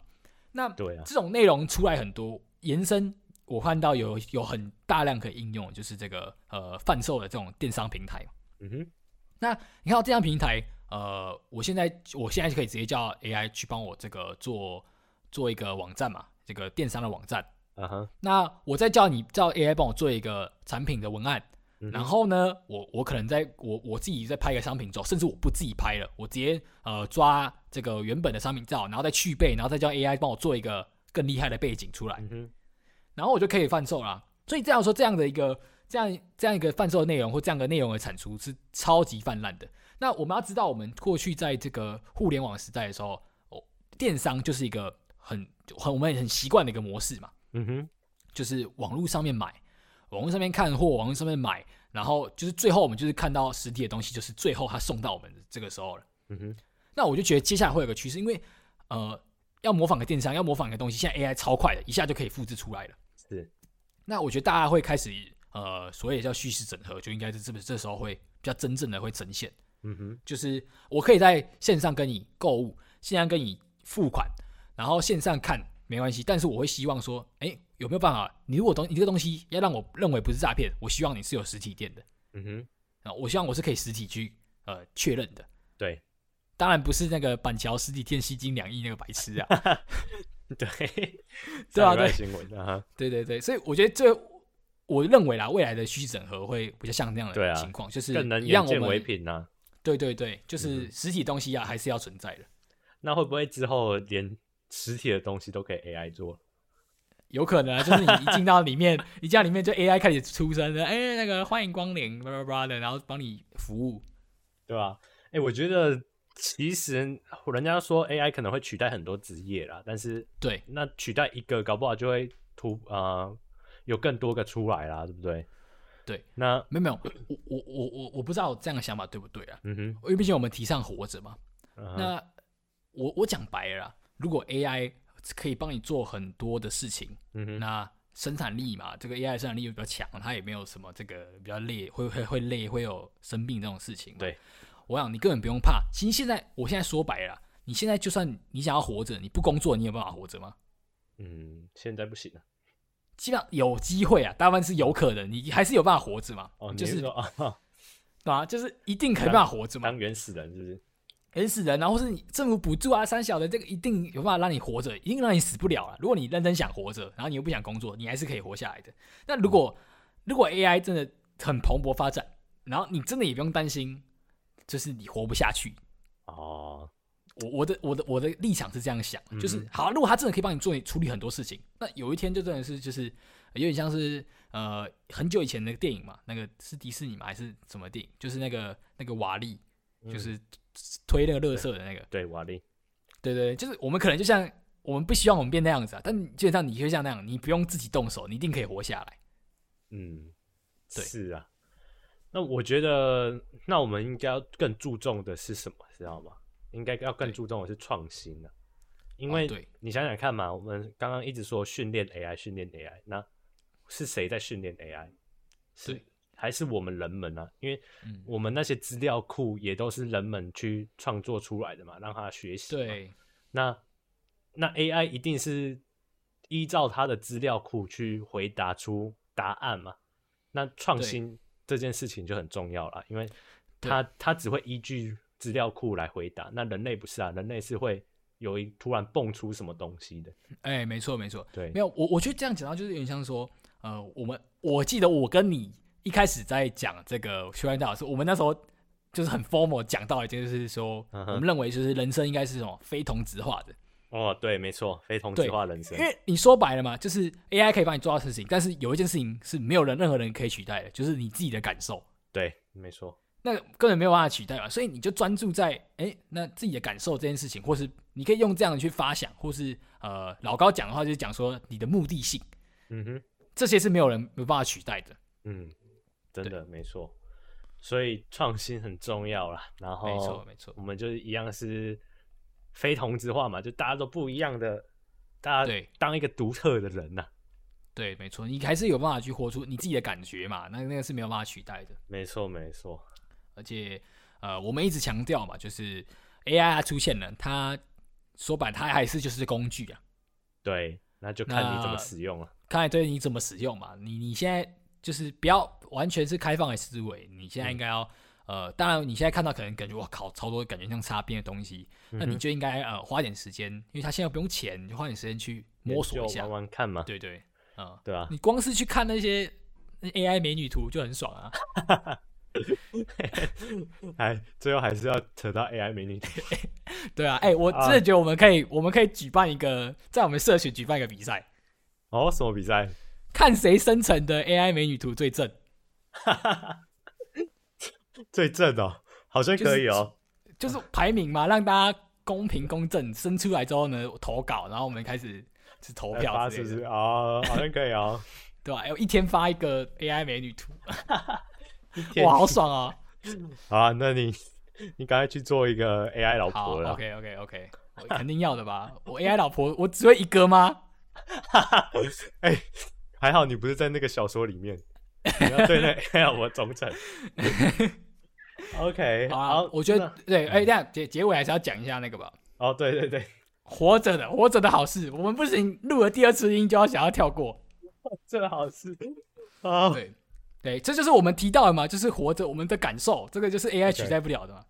那对啊，这种内容出来很多延伸。我看到有有很大量可以应用，就是这个呃贩售的这种电商平台嘛嗯哼，那你看到这张平台，呃，我现在我现在就可以直接叫 AI 去帮我这个做做一个网站嘛，这个电商的网站。嗯哼，那我再叫你叫 AI 帮我做一个产品的文案，然后呢，我我可能在我我自己在拍一个商品照，甚至我不自己拍了，我直接呃抓这个原本的商品照，然后再去背，然后再叫 AI 帮我做一个更厉害的背景出来。嗯哼，然后我就可以贩售啦。所以这样说，这样的一个这样这样一个贩售的内容或这样的内容的产出是超级泛滥的。那我们要知道，我们过去在这个互联网时代的时候，哦，电商就是一个很很我们很习惯的一个模式嘛，嗯哼，就是网络上面买，网络上面看货，网络上面买，然后就是最后我们就是看到实体的东西，就是最后它送到我们的这个时候了。嗯哼，那我就觉得接下来会有个趋势，因为呃，要模仿个电商，要模仿个东西，现在 AI 超快的，一下就可以复制出来了。是，那我觉得大家会开始呃，所谓的叫叙事整合，就应该是这不这时候会比较真正的会呈现，嗯哼，就是我可以在线上跟你购物，线上跟你付款，然后线上看没关系，但是我会希望说，哎、有没有办法？你如果东你这个东西要让我认为不是诈骗，我希望你是有实体店的嗯哼，啊，我希望我是可以实体去呃确认的。对， 当然不是那个板桥实体店吸金两亿那个白痴啊， 对，对上啊礼拜对的新闻啊哈，对对对，所以我觉得这我认为啦，未来的虚实整合会比较像这样对的啊情况，就是更能让眼我见们为凭嗯啊。对对对，就是实体东西啊，还是要存在的，那会不会之后连实体的东西都可以 AI 做？有可能啊，就是你一进到里面， 一进到里面就 AI 开始出声了，哎，那个欢迎光临，巴拉巴拉的，然后帮你服务，对吧、哎、我觉得其实人家说 AI 可能会取代很多职业啦，但是对那取代一个，搞不好就会突呃有更多个出来啦，对不对？对，那没有没有，我我我我我不知道这样的想法对不对啊，嗯哼，因为毕竟我们提倡活着嘛，嗯哼那我我讲白了啦，如果 AI 可以帮你做很多的事情，嗯哼那生产力嘛，这个 AI 的生产力又比较强，它也没有什么这个比较累，会会会累，会有生病这种事情嘛。对，我想你根本不用怕。其实现在，我现在说白了啦，你现在就算你想要活着，你不工作，你有办法活着吗？嗯，现在不行了。基本上有机会啊，大部分是有可能，你还是有办法活着嘛。哦，你就是是说啊，啊， 就是一定可以办法活着嘛当。原始人是不是？原死人啊，或是你政府补助啊、三小的，这个一定有办法让你活着，一定让你死不了了。啊如果你认真想活着，然后你又不想工作，你还是可以活下来的。那如果如果 AI 真的很蓬勃发展，然后你真的也不用担心，就是你活不下去。哦，我我的我的我的立场是这样想，就是好啊、如果他真的可以帮你做处理很多事情，那有一天就真的是就是有点像是呃很久以前那个电影嘛，那个是迪士尼嘛还是什么电影？就是那个那个瓦力，就是推那个乐色的那个。对，瓦力，对对，对就是我们可能就像我们不希望我们变那样子啊，但基本上你会像那样，你不用自己动手，你一定可以活下来。嗯，对是啊。那我觉得，那我们应该要更注重的是什么，知道吗？应该要更对注重的是创新啊，因哦为对你想想看嘛，我们刚刚一直说训练 AI，训练 AI，那是谁在训练 AI？是对还是我们人们啊？因为嗯我们那些资料库也都是人们去创作出来的嘛，让他学习嘛。对那那 AI 一定是依照它的资料库去回答出答案嘛？那创新这件事情就很重要了，因为它它只会依据资料库来回答，那人类不是啊，人类是会有一突然蹦出什么东西的，哎，没错没错，对没有我我觉得这样讲到就是有点像说，呃，我们我记得我跟你一开始在讲这个修炼大老师，我们那时候就是很 formal 讲到一件，就是说嗯哼我们认为就是人生应该是什么非同质化的，哦，对，没错，非同质对化人生因。为你说白了嘛，就是 AI 可以帮你做到的事情，但是有一件事情是没有人任何人可以取代的，就是你自己的感受，对，没错。那根本没有办法取代嘛，所以你就专注在哎、诶那自己的感受这件事情，或是你可以用这样的去发想，或是呃老高讲的话就是讲说你的目的性，嗯哼，这些是没有人没有办法取代的，嗯，真的没错。所以创新很重要啦。然后，没错没错我们就是一样是非同质化嘛，就大家都不一样的，大家对当一个独特的人呐、对，没错，你还是有办法去活出你自己的感觉嘛，那那个是没有办法取代的。没错，没错。而且呃，我们一直强调嘛，就是 AI 它出现了，它说白了，它还是就是工具啊，对，那就看你怎么那使用啊了。看来对你怎么使用嘛。你你现在就是不要完全是开放的思维，你现在应该要、呃，当然你现在看到可能感觉哇靠，超多感觉像擦边的东西，那你就应该呃花点时间，因为它现在不用钱，你就花点时间去摸索一就下，玩玩看嘛。对对，啊、对啊你，光是去看那些 AI 美女图就很爽啊。 嗯哎，最后还是要扯到 AI 美女。对啊，哎、我真啊的觉得我们可以，我们可以举办一个，在我们社群举办一个比赛，哦，什么比赛？看谁生成的 AI 美女图最正，最正哦，好像可以哦。就是排名嘛，让大家公平公正生出来之后呢，投稿，然后我们开始是投来发票之是类不的，是？哦，好像可以 哦。对吧、哎我一天发一个 AI 美女图，天哇，好爽啊！好啊，那你你赶快去做一个 AI 老好婆了。 ，OK OK OK，我肯定要的吧？我 AI 老婆，我只会一个吗？哎、还好你不是在那个小说里面，你要 对那 AI 老婆忠诚。OK，好啊哎好，，我觉得那对，哎、这样结结尾还是要讲一下那个吧。哦，对对 对，活着的，活着的好事，我们不行，录了第二次音就要想要跳过。这好事啊，对，对，这就是我们提到的嘛，就是活着我们的感受，这个就是 AI 取代不了的嘛。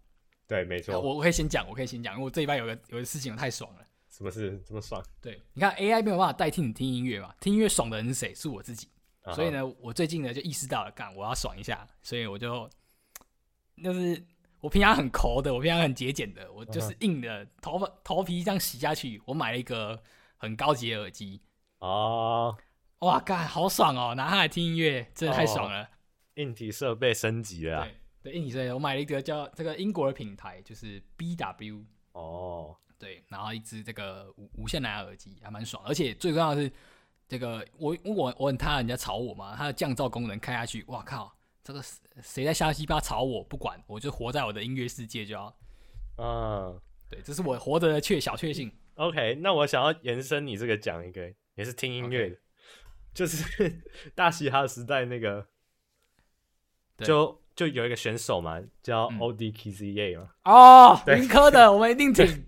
对，没啊错，我我可以先讲，我可以先讲，因为我这礼拜有个有个事情我太爽了。什么事这么爽？对，你看 AI 没有办法代替你听音乐嘛，听音乐爽的人是谁？是我自己。啊哈所以，呢，我最近呢就意识到了，干我要爽一下，所以我就就是我平常很抠的，我平常很节俭的，我啊就是硬的头发头皮这样洗下去，我买了一个很高级的耳机，哦，哇，干好爽哦！拿它来听音乐，真的太爽了。硬体设备升级了啊、对对，硬体设备，我买了一个叫这个英国的品牌，就是 BW，哦，对，然后一只这个无无线蓝牙耳机，还蛮爽。而且最重要的是，这个我我我很怕人家吵我嘛，它的降噪功能开下去，哇靠，这个谁谁在瞎鸡巴吵我不管，我就活在我的音乐世界就好。嗯对，这是我活着的确小确幸。 ，OK，那我想要延伸你这个讲一个，也是听音乐的就是 大嘻哈时代那个，对就就有一个选手嘛，叫嗯 O D K Z A 嘛，哦，对林科的，我们一定挺。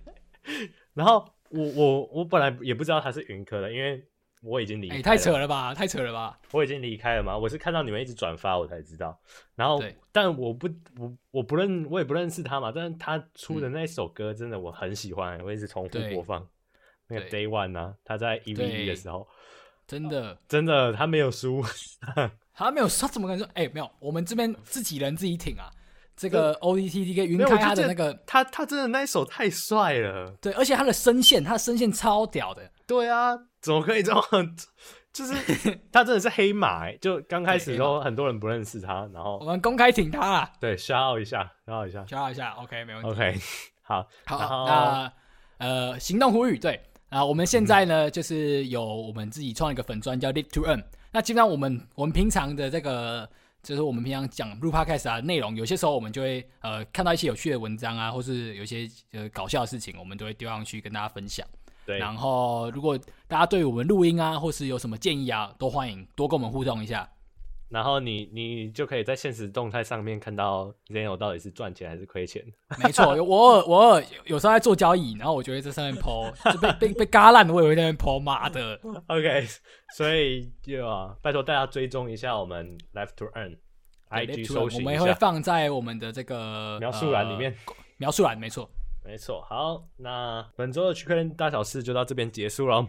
然后我我我本来也不知道他是云科的，因为我已经离哎、开了，太扯了吧，太扯了吧！我已经离开了嘛。我是看到你们一直转发我才知道，然后对但我不我我不认我也不认识他嘛，但是他出的那一首歌真的我很喜欢，我一直重复对播放。那个对 Day One 啊，他在 E V E 的时候，真的，真的他没有输，他没有，他怎么可能说？哎、没有，我们这边自己人自己挺啊。这个 O D T D 跟云没有开我就他的觉那得个，他他真的那一首太帅了。对，而且他的声线，他的声线超屌的。对啊，怎么可以这么？就是 他真的是黑马、欸，就刚开始对的黑时马候很多人不认识他，然我后们公开挺他啊，对 shout out 一下，shout out 一下，骄傲一下，OK，没问题。 OK，好， 好，然后嗯那呃，行动呼吁，对啊，我们现在呢，就是有我们自己创一个粉专叫 Live to Earn。那基本上我们我们平常的这个，就是我们平常讲录 podcast 啊内容，有些时候我们就会呃看到一些有趣的文章啊，或是有一些呃搞笑的事情，我们都会丢上去跟大家分享。对，然后如果大家对我们录音啊，或是有什么建议啊，都欢迎多跟我们互动一下。然后你你就可以在现实动态上面看到 Zeno 到底是赚钱还是亏钱。 没错，有我偶尔我偶尔有时候在做交易，然后我就会在上面 PO，就 被被被嘎烂的，我也会在那边 PO，妈 的！ OK，所以就、啊、拜托大家追踪一下我们 Life to Earn IG 对 Live to 搜 Earn，我寻们一也会下，放在我们的这个 描述栏里面。呃描述栏没错。没错，好，那本周的区块链大小事就到这边结束了。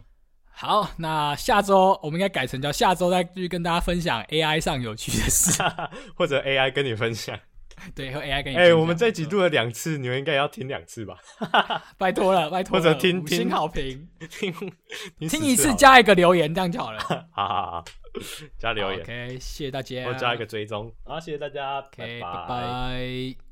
好，那下周我们应该 改成叫下周再继续跟大家分享 AI 上有趣的事。或者 AI 跟你分享。对，会 AI 跟你哎、竞我们价这集录了两次，你们应该也要听两次吧？ 拜托了，拜托了，或者听五星听好评，听听一次次，加一个留言，这样就好了。好好好， 加留言 OK，谢谢大家，啊或加一个追踪。好，谢谢大家拜 OK，拜拜